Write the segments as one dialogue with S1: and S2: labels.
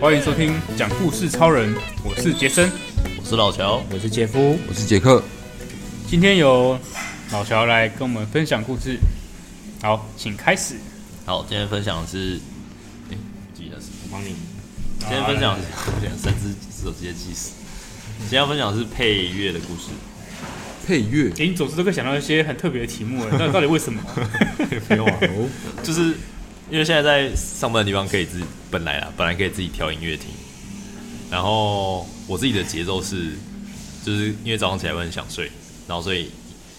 S1: 欢迎收听讲故事超人，我是杰森。
S2: 我是老乔，
S3: 我是杰夫，
S4: 我是杰克，
S1: 今天由老乔来跟我们分享故事。好，请开始。
S2: 好，今天分享的是，哎、记得是，
S3: 我帮你。
S2: 今天分享的是，我想三只手直接气死。今天要分享的是配乐的故事，
S4: 配乐
S1: 诶，你总是都会想到一些很特别的题 目，那到底为什么？
S3: 没有啊，哦
S2: 就是因为现在在上班的地方可以自己，本来啊，本来可以自己调音乐听。然后我自己的节奏是，就是因为早上起来会很想睡，然后所以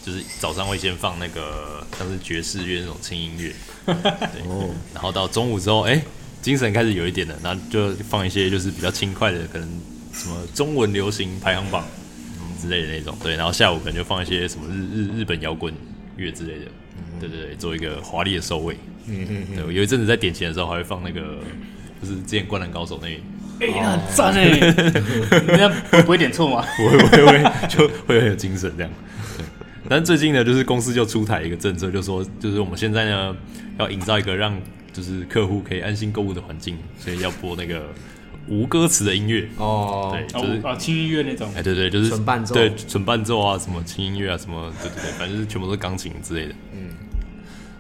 S2: 就是早上会先放那个像是爵士乐那种轻音乐，
S3: 哦，
S2: 然后到中午之后，哎、精神开始有一点了，然后就放一些就是比较轻快的，可能什么中文流行排行榜之类的那种，对，然后下午可能就放一些什么日日日本摇滚乐之类的，对对对，做一个华丽的收尾。
S3: 嗯嗯嗯，
S2: 对，我有一阵子在点钱的时候还会放那个，就是之前《灌篮高手》那，
S1: 哎、那很赞 哎！人家不会点错吗？
S2: 不会不会不会，就会很有精神这样。对，但是最近呢，就是公司就出台一个政策，就说就是我们现在呢要营造一个让就是客户可以安心购物的环境，所以要播那个无歌词的音乐。
S3: 哦
S2: 对，，就是
S1: 哦，哦轻音乐那种
S2: 哎、。对对，就是
S3: 纯伴奏
S2: 对纯伴奏啊，什么轻音乐啊，什么对对对，反正就是全部都是钢琴之类的。嗯，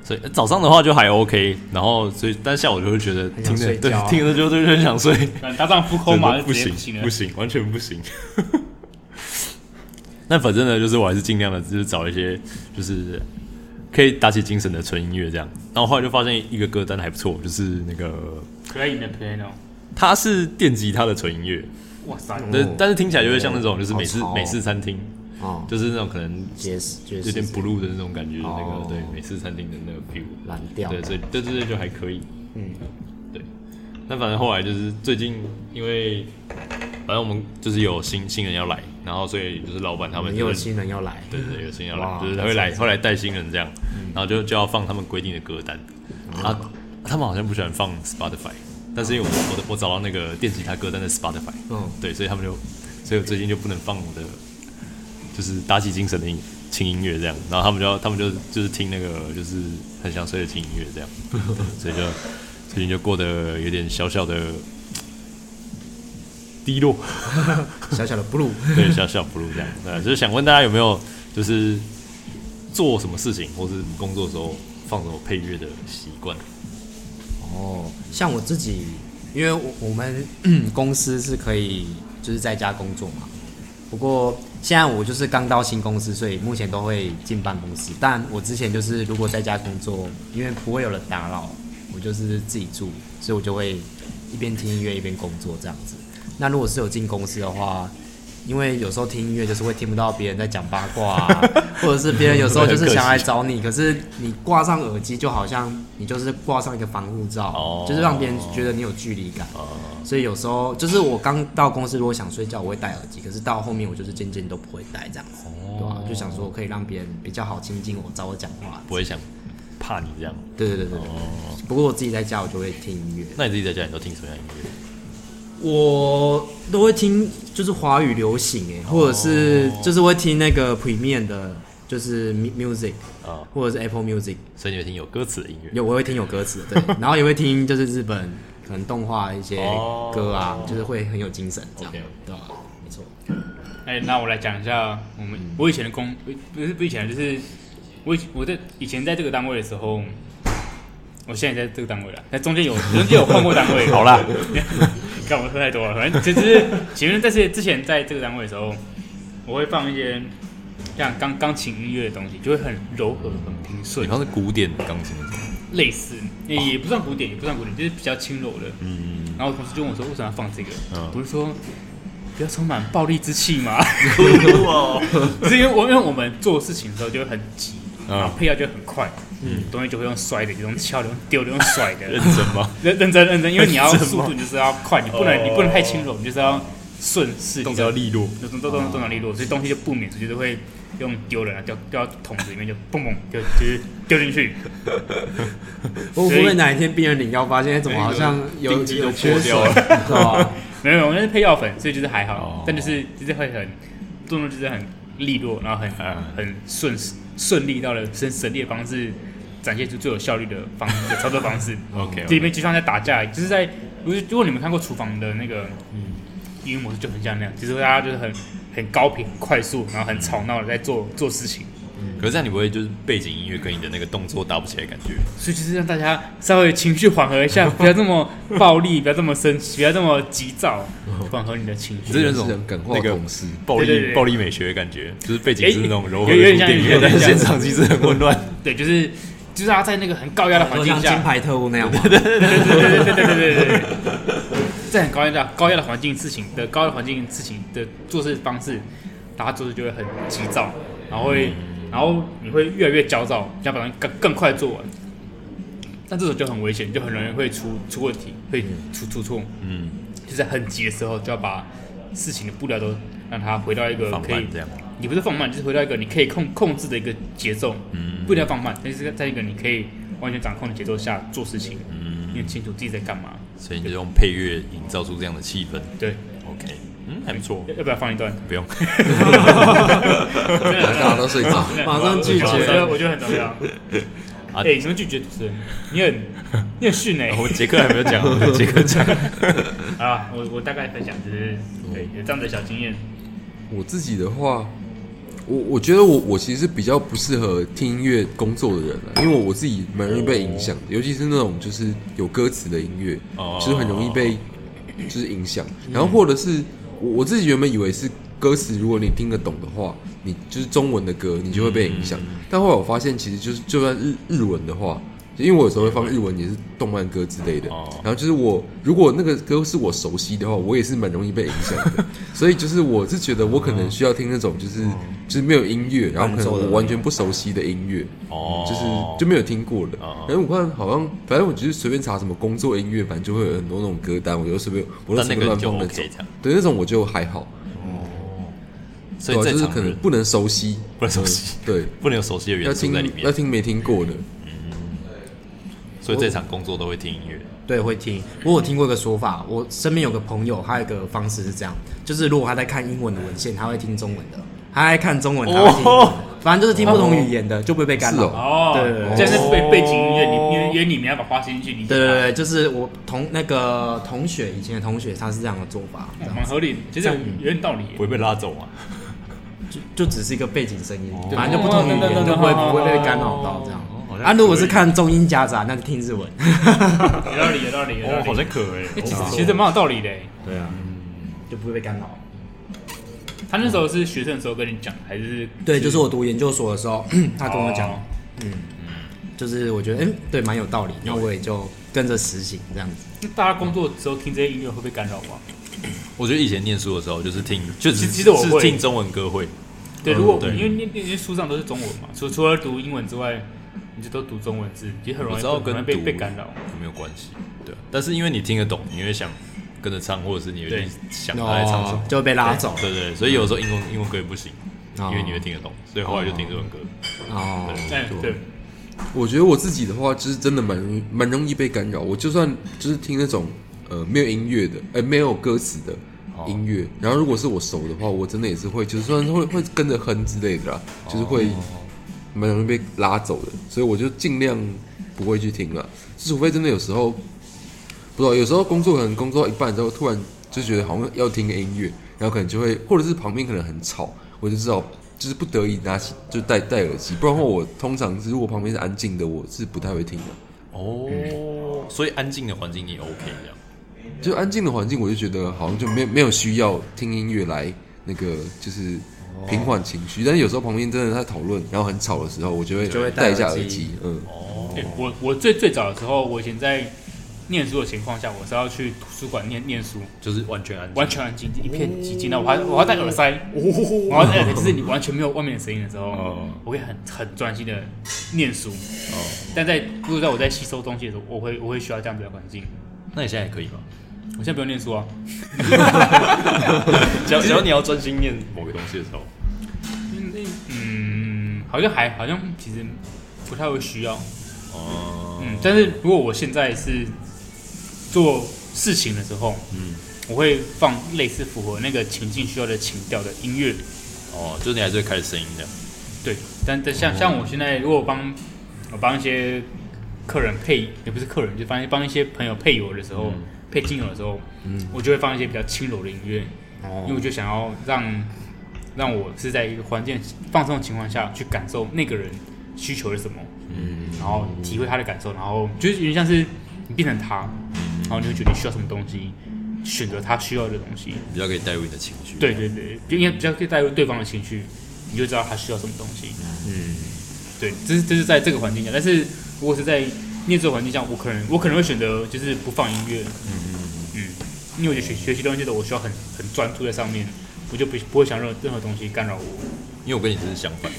S2: 所以呃早上的话就还 OK，然后所以但下午就会觉得听
S3: 想
S2: 着、
S3: 睡
S2: 对
S3: 觉啊
S2: 听着就就很想睡，
S1: 嗯搭档扑空嘛，就
S2: 真的不
S1: 直接
S2: 行
S1: 不行了
S2: 不。行，完全不行。 那反正呢，就是我还是尽量的，就是找一些就是可以打起精神的纯音乐这样。然后后来就发现一个歌单还不错，就是那个
S1: Playing the piano，
S2: 它是电吉他的纯音乐，
S1: 哇塞！
S2: 但、
S3: 哦
S2: 但是听起来就会像那种就是
S3: 好
S2: 美式、
S3: 潮哦
S2: 美式餐厅，
S3: 哦，
S2: 就是那种可能
S3: 爵士爵士
S2: 有点 blue 的那种感觉，那个
S3: 哦
S2: 对美式餐厅的那个 feel，
S3: 蓝调
S2: 对，所以对对对，就还可以，
S3: 嗯，
S2: 对。那反正后来就是最近，因为反正我们就是有新新人要来，然后所以就是老板他
S3: 我
S2: 们
S3: 们
S2: 就
S3: 又嗯有
S2: 会
S3: 新人要来，
S2: 对对对，有新人要来，
S3: 哇嗯
S2: 就是他会来，后来带新人这样，然后就就要放他们规定的歌单，啊，他们好像不喜欢放 Spotify，但是因为我我的我找到那个电吉他歌单的 Spotify，
S3: 嗯
S2: 对，所以他们就，所以我最近就不能放我的，就是打起精神的音轻音乐这样，然后他们就要他们就就是听那个就是很想睡的轻音乐这样，所以就最近就过得有点小小的低落。
S3: 小小的 blue，
S2: 对，小小 blue 这样。对，啊就是想问大家有没有就是做什么事情或是工作的时候放什么配乐的习惯？
S3: 哦，像我自己，因为我我们 公司是可以就是在家工作嘛，不过现在我就是刚到新公司，所以目前都会进办公室。但我之前就是如果在家工作，因为不会有人打扰，我就是自己住，所以我就会一边听音乐一边工作这样子。那如果是有进公司的话，因为有时候听音乐就是会听不到别人在讲八卦啊，或者是别人有时候就是想来找你，可是你挂上耳机就好像你就是挂上一个防护罩，
S2: 哦
S3: 就是让别人觉得你有距离感。
S2: 呃，
S3: 所以有时候就是我刚到公司，如果想睡觉，我会戴耳机，可是到后面我就是渐渐都不会戴这样子，
S2: 哦
S3: 对啊，就想说可以让别人比较好亲近我，找我讲话。
S2: 不会想怕你这样。
S3: 对对对对对。
S2: 哦，
S3: 不过我自己在家，我就会听音乐，
S2: 那你自己在家你都听什么样的音乐？
S3: 我都会听，就是华语流行
S2: 哦
S3: 哎，或者是就是会听那个 Premium 的，就是 mu- Music
S2: 啊、
S3: 或者是 Apple Music，
S2: 所以你会听有歌词的音乐。
S3: 有我会听有歌词的，对，然后也会听就是日本可能动画一些
S2: 哦
S3: 歌啊，就是会很有精神这样
S2: OK，
S3: 对吧？没错，
S1: 哎、那我来讲一下我们我以前的工，不不是不是以前，就是我以我在以前在这个单位的时候，我现在也在这个单位了，那中间有中间有换过单 位，
S2: 好啦，
S1: 干我喝太多了，反正就是前面在这之前在这个单位的时候，我会放一些像钢钢琴音乐的东西，就会很柔和、很平
S2: 你
S1: 顺，
S2: 放是古典钢琴那 种。
S1: 类似也也不算古典，也不算古典，就是比较轻柔的。
S2: 哦嗯，
S1: 然后同事就问我说：“为什么要放这个？”
S2: 嗯
S1: 我就说：“不要充满暴力之气嘛。”
S2: 哦，
S1: 是因为我因为我们做事情的时候就会很急，
S2: 嗯
S1: 然后配药就会很快，嗯，东西就会用摔的，就用敲的，用丢的，用甩的，
S2: 认真吗？
S1: 认认真认真，因为你要
S2: 认真吗
S1: 速度你就是要快，你不能
S2: 哦
S1: 你不能太轻柔，你就是要顺势，
S2: 动作要利落。
S1: 你就动动动动力落，所以东西就不免俗，就是会用丢的，然后掉掉到桶子里面就嘣嘣就就是丢进去，
S3: 我会不会哪一天病人领药发现哎怎么好像有
S2: 钉子都
S3: 有缺
S2: 破
S3: 水，
S2: 掉了
S3: 对吧？
S1: 没有没有，那是配药粉，所以就是还好
S2: 哦，
S1: 但就是就是会很动作就是很利落，然后很
S2: 嗯
S1: 很顺顺利到了省省力的方式展现出最有效率的方的操作方式。
S2: OK，
S1: 这里面就像在打架，就是在如如果你们看过厨房的那个英语模式，就很像那样，就是大家就是很很高频、很快速，然后很吵闹的在做做事情，
S2: 可是这样你不会就是背景音乐跟你的那个动作搭不起来的感觉？
S1: 所以就是让大家稍微情绪缓和一下，不要这么暴力，不要这么生气，不要这么急躁，缓和你的情绪。
S2: 这就是那
S4: 是
S2: 种
S4: 很感化
S2: 那个
S4: 同事，
S2: 暴力
S1: 对对对
S2: 暴力美学的感觉，就是背景
S1: 哎
S2: 是那种柔和
S1: 有
S2: 的
S1: 有点
S2: 古
S1: 像
S2: 典
S1: 有
S2: 乐，
S1: 点
S2: 但是
S1: 像
S2: 现场其实很混乱。
S1: 对，就是就是他在那个很高压的环
S3: 就
S1: 境
S3: 像
S1: 下
S3: 金，牌特务那样嘛，
S1: 对对对对对对对，在很高压的高压的环境事情的高压的环境事情的做事方式，大家做事就会很急躁，然后
S2: 嗯
S1: 会，然后你会越来越焦躁，想把东西更更快做完。但这种就很危险，就很容易会出出问题，会出出错。
S2: 嗯，
S1: 就在很急的时候，就要把事情的步调都让它回到一个
S2: 放
S1: 可以
S2: 慢这样。
S1: 你不是放慢，就是回到一个你可以控控制的一个节奏，嗯，不一定要放慢，但是在一个你可以完全掌控的节奏下做事情，嗯，你很清楚自己在干嘛，
S2: 所以你就用配乐营造出这样的气氛。
S1: 对，
S2: OK，嗯，还不错，
S1: 要要不要放一段？
S2: 不用。
S4: 大家都睡着。
S3: 马上拒
S1: 我觉
S3: 绝。
S1: 得我觉得很 重要。
S2: 啊
S1: 哎，你们拒绝主持人，你很你很逊哎
S2: 我们杰克还没有讲， 我们杰克讲。
S1: 啊！我我大概分享就是
S3: 哦
S1: 对有这样的小经验，
S4: 我自己的话，我我觉得我我其实比较不适合听音乐工作的人啊，因为我我自己蛮容易被影响的，尤其是那种就是有歌词的音乐，
S2: 哦
S4: 就是很容易被就是影响。然后或者是我我自己原本以为是歌词，如果你听得懂的话，你就是中文的歌，你就会被影响。但后来我发现，其实就是就算日日文的话。因为我有时候会放日文，也是动漫歌之类的。
S2: 哦
S4: 然后就是我，如果那个歌是我熟悉的话，我也是蛮容易被影响的。所以就是我是觉得我可能需要听那种就是、就是没有音乐，然后可能我完全不熟悉的音乐，
S2: 哦
S4: 就是就没有听过的
S2: 哦。
S4: 然后我看好像反正我就是随便查什么工作音乐，反正就会有很多那种歌单，我就随便我都
S2: 但
S4: 随
S2: 那
S4: 便
S2: 个
S4: 乱
S2: 就
S4: 放那
S2: OK
S4: 种
S2: 这。样。
S4: 对，那种我就还好，
S2: 所以
S4: 对啊，
S2: 正
S4: 就是
S2: 常
S4: 可
S2: 人
S4: 能不能熟悉，
S2: 不能熟悉，
S4: 对，
S2: 不能有熟悉的
S4: 要
S2: 元素
S4: 听
S2: 在里
S4: 要
S2: 面，
S4: 听没听过的。
S2: 所以这场工作都会听音乐。
S3: 对，会听。我有听过一个说法，我身边有个朋友，他有一个方式是这样，就是如果他在看英文的文献，他会听中文的；他在看中文，他会听英文的。反正就是听不同语言的，就不会被干扰。
S4: 是哦
S1: 哦，
S3: 对对对
S1: 这样是背
S2: 哦
S1: 背景音乐，你因为因为你没办法花心去理解它，
S3: 对对对，就是我同那个同学，以前的同学，他是这样的做法，
S1: 哦，
S3: 这样
S1: 蛮合理的，其实有有点道理耶
S2: 不。会被拉走啊！
S3: 就只是一个背景声音，
S1: 对
S3: 反正就不同语
S1: 哦
S3: 言就不会
S1: 哦
S3: 不会被干扰到这样
S2: 哦好。像
S3: 啊，如果是看中英夹杂，那就听日文。
S1: 有道理，有道理，有道
S3: 哦
S1: 理。
S2: 可哎
S1: 欸其实其实蛮有道理的欸。
S3: 对啊，就不会被干扰。
S1: 他那时候是学生的时候跟你讲，还是
S3: 对，就是我读研究所的时候，他跟我讲，
S1: 哦
S3: 就是我觉得，嗯，对，蛮有道理，那我也就跟着实行这样子。
S1: 那大家工作的时候听这些音乐会被干扰吗？
S2: 我觉得以前念书的时候就是听，就只
S1: 其其实我
S2: 是
S1: 会
S2: 听中文歌会，
S1: 对，如果
S2: 哦对
S1: 因为那那些书上都是中文嘛，除除了读英文之外，你就都读中文字，其实很容
S2: 我
S1: 易
S2: 知道
S1: 很容易
S2: 跟
S1: 被
S2: 读
S1: 被干扰。
S2: 有没有关系？对，啊但是因为你听得懂，你会想跟着唱，或者是你
S1: 对哦
S2: 会想他在唱什么，
S3: 就会被拉走。
S2: 对对，对所以有时候英文英文歌也不行，
S3: 哦
S2: 因为你会听得懂，所以后来就听中文歌。
S3: 哦，
S1: 哎，对，
S4: 我觉得我自己的话，就是真的蛮容易蛮容易被干扰。我就算就是听那种呃没有音乐的，呃没有歌词的音乐，然后如果是我熟的话，我真的也是会，就是算是会会跟着哼之类的啦，就是会蛮容易被拉走的。所以我就尽量不会去听了，除非真的有时候不知道，有时候工作可能工作到一半之后，突然就觉得好像要听个音乐，然后可能就会，或者是旁边可能很吵，我就知道就是不得已拿起就戴戴耳机，不然的话我通常是如果旁边是安静的，我是不太会听的。
S2: 哦，所以安静的环境也 OK 这样。
S4: 就安静的环境，我就觉得好像就没有没有需要听音乐来那个就是平缓情绪，但是有时候旁边真的在讨论，然后很吵的时候，我就会
S3: 就会戴
S4: 戴一下
S3: 耳
S4: 耳
S3: 机
S4: 机，嗯，
S1: 对哎我我最最早的时候，我以前在念书的情况下，我是要去图书馆念念书，
S2: 就是完全安静，
S1: 完全安静，一片寂静。那我还我还戴耳塞，我还戴耳塞，就是你完全没有外面的声音的时候
S2: 哦，
S1: 我会很很专心的念书。但在如果在我在吸收东西的时候，我会我会需要这样子的环境。
S2: 那你现在也可以吗？
S1: 我现在不用念书啊，
S2: 只要只要你要专心念某个东西的时候，
S1: 嗯，好像还好像其实不太会需要。
S2: 哦，
S1: 嗯，但是如果我现在是做事情的时候，嗯，我会放类似符合那个情境需要的情调的音乐。
S2: 哦，就是你还是会开声音的，
S1: 对，但但像像我现在如果帮我帮一些客人配，也不是客人，就帮帮一些朋友配油的时候，配精油的时候，我就会放一些比较轻柔的音乐，因为我就想要让让我是在一个环境放松的情况下去感受那个人需求是什么，嗯，然后体会他的感受，然后就是有点像是你变成他，然后你会觉得你需要什么东西，选择他需要的东西，
S2: 比较可以带入你的情绪。
S1: 对对对，就应该比较可以带入对方的情绪，你就知道他需要什么东西。嗯，对，这是这是在这个环境下，但是如果是在念这个环境下，我可能我可能会选择就是不放音乐。嗯嗯因为我觉得学学习东西的我需要很很专注在上面，我就不不会想任何任何东西干扰我。
S2: 因为我跟你是相反。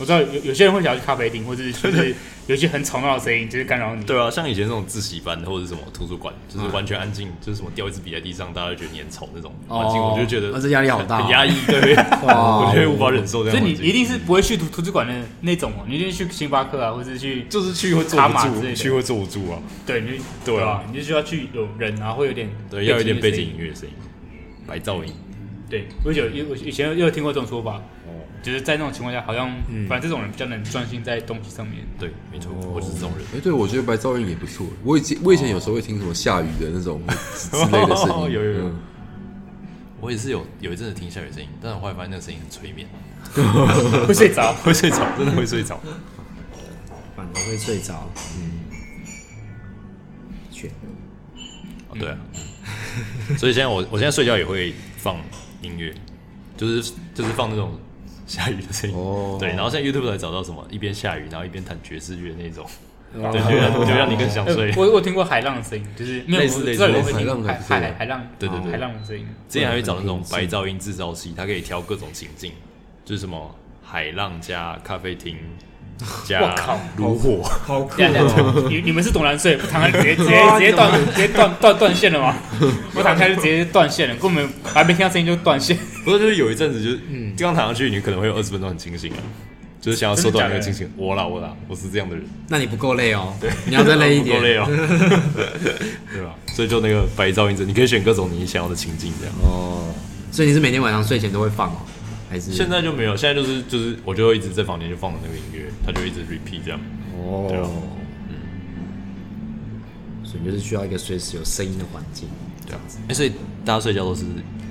S1: 我知道有有些人会想要去咖啡厅，或者是 就是有一些很吵闹的声音，就是干扰你。
S2: 对啊，像以前那种自习班或者什么图书馆，就是完全安静，就是什么掉一支笔在地上，大家就觉得你很吵那种环境，
S3: 哦
S2: 我就觉得
S3: 啊这压力好大
S2: 很压抑，对，
S3: 哇
S2: 我觉得无法忍受这
S1: 所
S2: 样
S1: 以
S2: 的
S1: 你
S2: 环境。
S1: 一定是不会去图图书馆的那种哦，你一定去星巴克啊，或者是去
S2: 就是去会坐
S1: 卡
S2: 不
S1: 马之类
S2: 住，
S1: 的
S2: 去会坐不住啊，
S1: 对，你就
S2: 对啊
S1: 对吧？你就需要去有人，然后会有点
S2: 对，要有一点背景
S1: 音
S2: 音乐的声音，白噪音。
S1: 对，我有有我以前也有听过这种说法，
S2: 哦
S1: 就是在那种情况下，好像
S2: 嗯
S1: 反正这种人比较能专心在东西上 面。
S2: 对，没错，我就是这种人。
S4: 哎、对，我觉得白噪音也不错。我以前我以前有时候会听什么下雨的那种之之类的 声音，
S2: 有有有
S4: 嗯
S2: 我也是有有一阵子听下雨声音，但是我后来发现那个声音很催眠，
S1: 会睡 着。
S2: 会睡着，真的会睡着。
S3: 反而会睡着。嗯，确
S2: 哦对啊，嗯 所以现在我我现在睡觉也会放音乐，就是就是放那种 下雨的声音。
S4: 哦
S2: 对，然后现在 YouTube 还找到什么一边下雨，然后一边弹爵士乐那种，对，就让就让你更想 睡。
S1: 我我听过海浪的声音，就是没有，
S2: 类似
S1: 我
S2: 类
S1: 知
S2: 似
S1: 道有人会
S4: 海浪
S1: 听
S4: 的
S1: 海
S4: 声音
S1: 海海浪，哦
S2: 对对对
S1: 海浪的 声音。
S2: 之前还会找那种白噪音制造器，它可以调各种情境，就是什么海浪加咖啡厅
S1: 我
S2: 加
S1: 靠
S2: 炉火，
S3: 好酷
S1: 等一下等一下你你们是懂蓝睡，我躺下直接直接直接断直接断断断线了 吗？我躺下就直接断线了，根本还没听到声音就断线。
S2: 不是就是有一阵子就是刚躺上去，你可能会有二十分钟很清醒啊，就是想要缩短那个清醒。我啦我啦，我是这样的人。
S3: 那你不够累哦，你要再累一点。
S2: 不够累哦， 对吧？所以就那个白噪音者，你可以选各种你想要的情境这样。
S3: 哦，所以你是每天晚上睡前都会放哦，还是
S2: 现在就没有，现在就是就是，我就会一直在房间就放着那个音乐，它就一直 repeat 这样。
S3: 哦
S2: 对啊
S3: 嗯所以就是需要一个随时有声音的环境，
S2: 这样子。哎、所以大家睡觉都是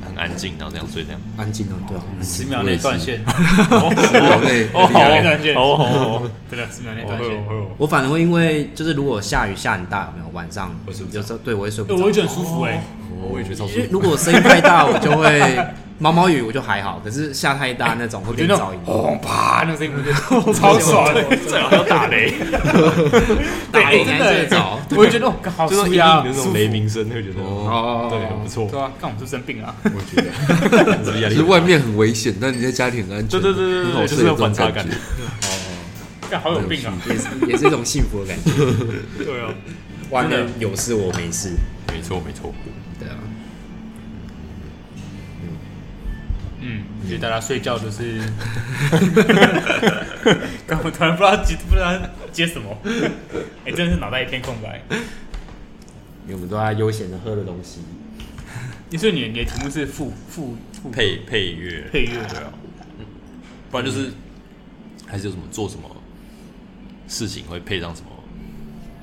S2: 很安静，然后这样睡这样。
S3: 安静哦，对啊，
S1: 十秒内断线，
S4: 好累，
S2: 哦，好
S1: 厉害
S2: 哦，好哦，
S1: 真的十秒内
S2: 好
S1: 断线。
S2: 哦，
S3: 我反而会因为就是如果下雨下很大，有没有晚上
S2: 会睡不着
S3: 有时候对我会睡不
S1: 对，
S3: 着，
S1: 我会觉得很舒服哎。
S2: 我也觉得超舒
S3: 因为
S2: 服。
S3: 如果声音太大，我就会毛毛雨我就还好，可是下太大那种会
S1: 我觉
S3: 变
S1: 得那
S3: 噪
S1: 种
S3: 音，
S1: 轰啪那个声音，我 觉得超爽的，
S2: 最好要打雷，
S3: 打
S1: 对
S3: 雷
S1: 真
S3: 才
S1: 的
S3: 睡得着。
S1: 我就觉得哦干好
S2: 就是
S1: 舒
S2: 隐隐的
S1: 压，
S2: 那
S1: 舒
S2: 种
S1: 服
S2: 雷鸣声，会觉得哦，哦
S3: 哦，
S2: 对，很不错，
S1: 对啊，看我们是不是生病啊？
S4: 我觉得
S2: 是不是压力
S4: 就
S2: 很
S4: 是
S2: 大？
S4: 外面很危险，但你在家里很安全，
S2: 对对对对
S4: 很好
S2: 对，就
S4: 睡
S2: 是
S4: 的
S2: 有
S4: 这种
S2: 反差
S4: 感
S2: 感
S4: 觉。。
S1: 干好有病啊！
S3: 也是也是一种幸福的感觉。
S1: 对啊，
S3: 完了，有事我没事，
S2: 没错没错，
S3: 对啊，
S1: 嗯，所以大家睡觉 就是，刚我突然不知道接不知道接什么，哎，真的是脑袋一片空白。
S3: 因为我们都在悠闲的喝的东西。
S1: 你说你你的题目是副副副
S2: 配配乐
S1: 配乐哦
S2: 对啊，不然就是还是有什么做什么事情会配上什么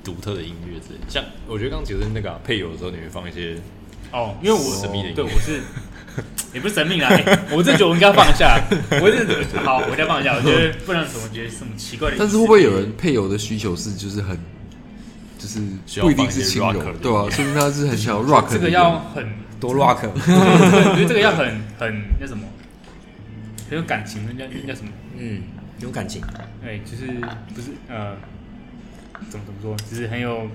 S2: 独特的音乐之类的。像我觉得刚刚其实那个啊、配油的时候，你会放一些
S1: 哦，因为我
S2: 神秘的音乐
S1: 对我是。 也不是神秘啦，哎我真的觉得我应该放 下，我真的好，我应该放下，我觉得不然怎么觉得什么奇怪的意思。
S4: 但是会不会有人配偶的需求是就是很，就是
S2: 需要
S4: 不一定
S2: 放一
S4: 是
S2: 些
S4: 轻柔
S2: rock 的，
S4: 对啊，说明他是很想要 rock
S1: 这
S4: 的
S1: 个
S4: 人
S1: 要很
S3: 多 rock，
S1: 我觉得这个要很很那什么，很有感情，那叫那叫什么？
S3: 嗯，有感情，
S1: 对，就是不是呃，怎么怎么说，就是很有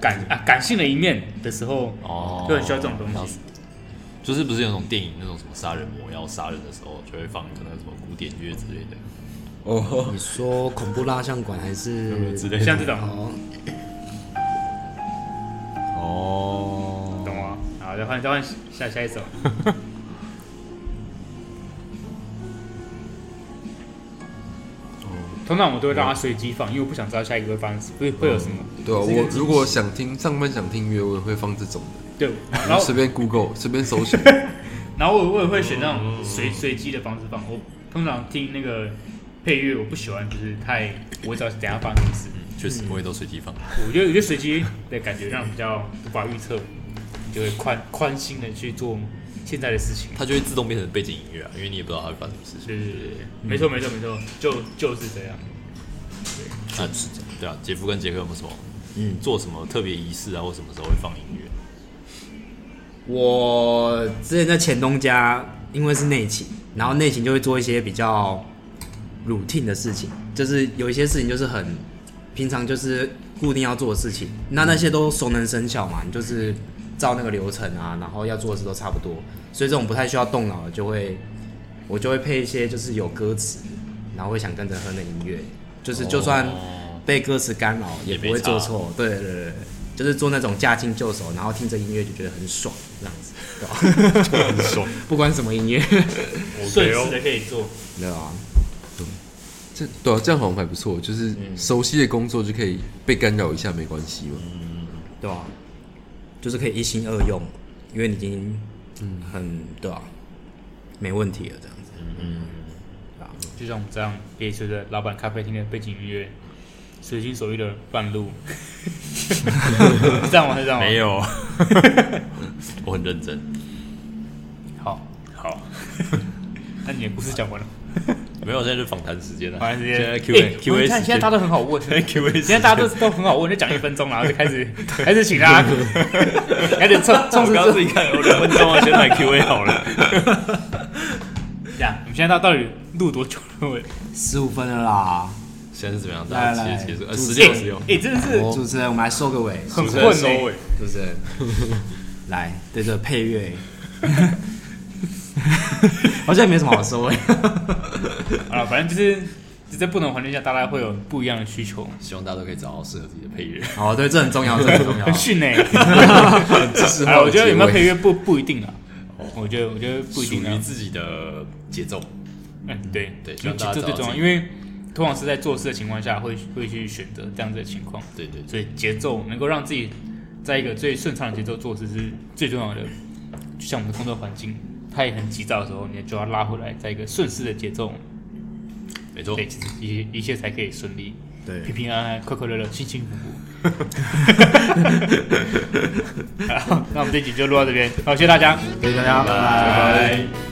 S1: 感啊感性的一面的时候，
S2: 哦，
S1: 就很需要这种东西。
S2: 就是不是有那种电影那种什么杀人魔要杀人的时候，就会放可能什么古典乐之类的，
S4: 哦，
S3: 你说恐怖蜡像馆还是
S2: 有没有之类的？
S1: 像这种，
S3: 哦，
S2: 哦，
S1: 懂吗？啊好，再换再换下下一首。通常我都会让它随机放，因为我不想知道下一个会发生什会会有什么。
S4: 对啊，
S1: 这个
S4: 我如果想听上班想听音乐，我也会放这种的，
S1: 对，然后
S4: 随便 Google 随便 搜寻，
S1: 然后我我也会选那种随随机的方式放。我通常听那个配乐，我不喜欢就是太我只要等一下发生什么事，
S2: 确实不会都随机放。
S1: 我觉得有些随机的感觉让比较无法预测，你就会宽宽心的去做现在的事情。
S2: 它就会自动变成背景音乐啊，因为你也不知道它会发生什么事情。
S1: 对对对对，没错没错没错，就就是这样。
S2: 那是这样。对啊，杰夫跟杰克有没有什么
S3: 嗯，
S2: 做什么特别仪式啊，或什么时候会放音乐？
S3: 我之前在前东家，因为是内勤，然后内勤就会做一些比较 routine 的事情，就是有一些事情就是很平常就是固定要做的事情，那那些都熟能生巧嘛，你就是照那个流程啊，然后要做的事都差不多，所以这种不太需要动脑的，就会我就会配一些就是有歌词，然后会想跟着哼的音乐，就是就算
S2: 哦
S3: 被歌词干扰也不会做错，对对对对，就是做那种驾轻就熟，然后听着音乐就觉得很爽这样子，对吧？
S2: 很爽，
S3: 不管什么音乐，
S1: 顺势的可以做，
S3: 对啊吧？
S4: 这对啊，这样好像还不错，就是
S1: 嗯
S4: 熟悉的工作就可以被干扰一下，没关系嘛。
S3: 对啊，就是可以一心二用，因为你已经嗯很对啊，没问题了这样子。
S1: 就像我们这样，可以随着老板咖啡厅的背景音乐，随心所欲的乱 录，是这样吗？是这样吗？
S2: 没。有， 我很认真。
S1: 好，
S2: 好，
S1: 那你的故事讲完了，
S2: 没有，现在是访谈时间了，
S1: 好像直接
S2: 现在 Q A
S1: 哎
S2: Q
S1: 我
S2: A
S1: 看现在大家都很好问，
S2: Q A，
S1: 现在大家都都很好问，就讲一分钟，啊然后就开始开始请 大家，开始冲冲
S2: 我
S1: 刺
S2: 刚刚自己看，我两分钟 啊，先来 Q A 好了。
S1: 这样，我们现在到到底录多久了？我
S3: 十五分了啦，
S2: 现在是怎么样？大
S3: 来
S2: 家
S3: 来
S2: 结结束，呃，
S3: 主
S2: 十
S3: 持人
S2: 六十六，
S1: 哎，真的是
S3: 主持人，我们来收个 尾，
S1: 很
S2: 主持
S1: 混
S2: 人收
S1: 欸
S2: 尾。
S3: 主持人，来对着配乐， 好像也没什么好收尾。
S1: 啊，反正就是就在不同环境下，大家会有不一样的需求。
S2: 希望大家都可以找到适合自己的配乐。
S3: 哦，对，这很重要，这很 重要
S1: 很。逊呢、
S4: 这是
S1: 哎，我觉得有没有配
S4: 乐？
S1: 乐不不一定啊。我觉得我觉得不一定
S2: 属于
S1: 啊。
S2: 自己的节奏。
S1: 嗯，对
S2: 对希
S1: 因为
S2: 望大家
S1: 这
S2: 找
S1: 最
S2: 到
S1: 重要，
S2: 自己
S1: 因为通常是在做事的情况下会会去选择这样子的情况，
S2: 对对对，
S1: 所以节奏能够让自己在一个最顺畅的节奏做事是最重要的。就像我们的工作环境，它也很急躁的时候，你就要拉回来，在一个顺势的节奏，
S2: 没错
S1: 对，。其实一切一切才可以顺利，
S3: 对
S1: 平平安安、快快乐乐、幸幸福福。好，那我们这集就录到这边，好，谢谢大家。
S3: 谢谢大家，拜拜。
S2: 拜。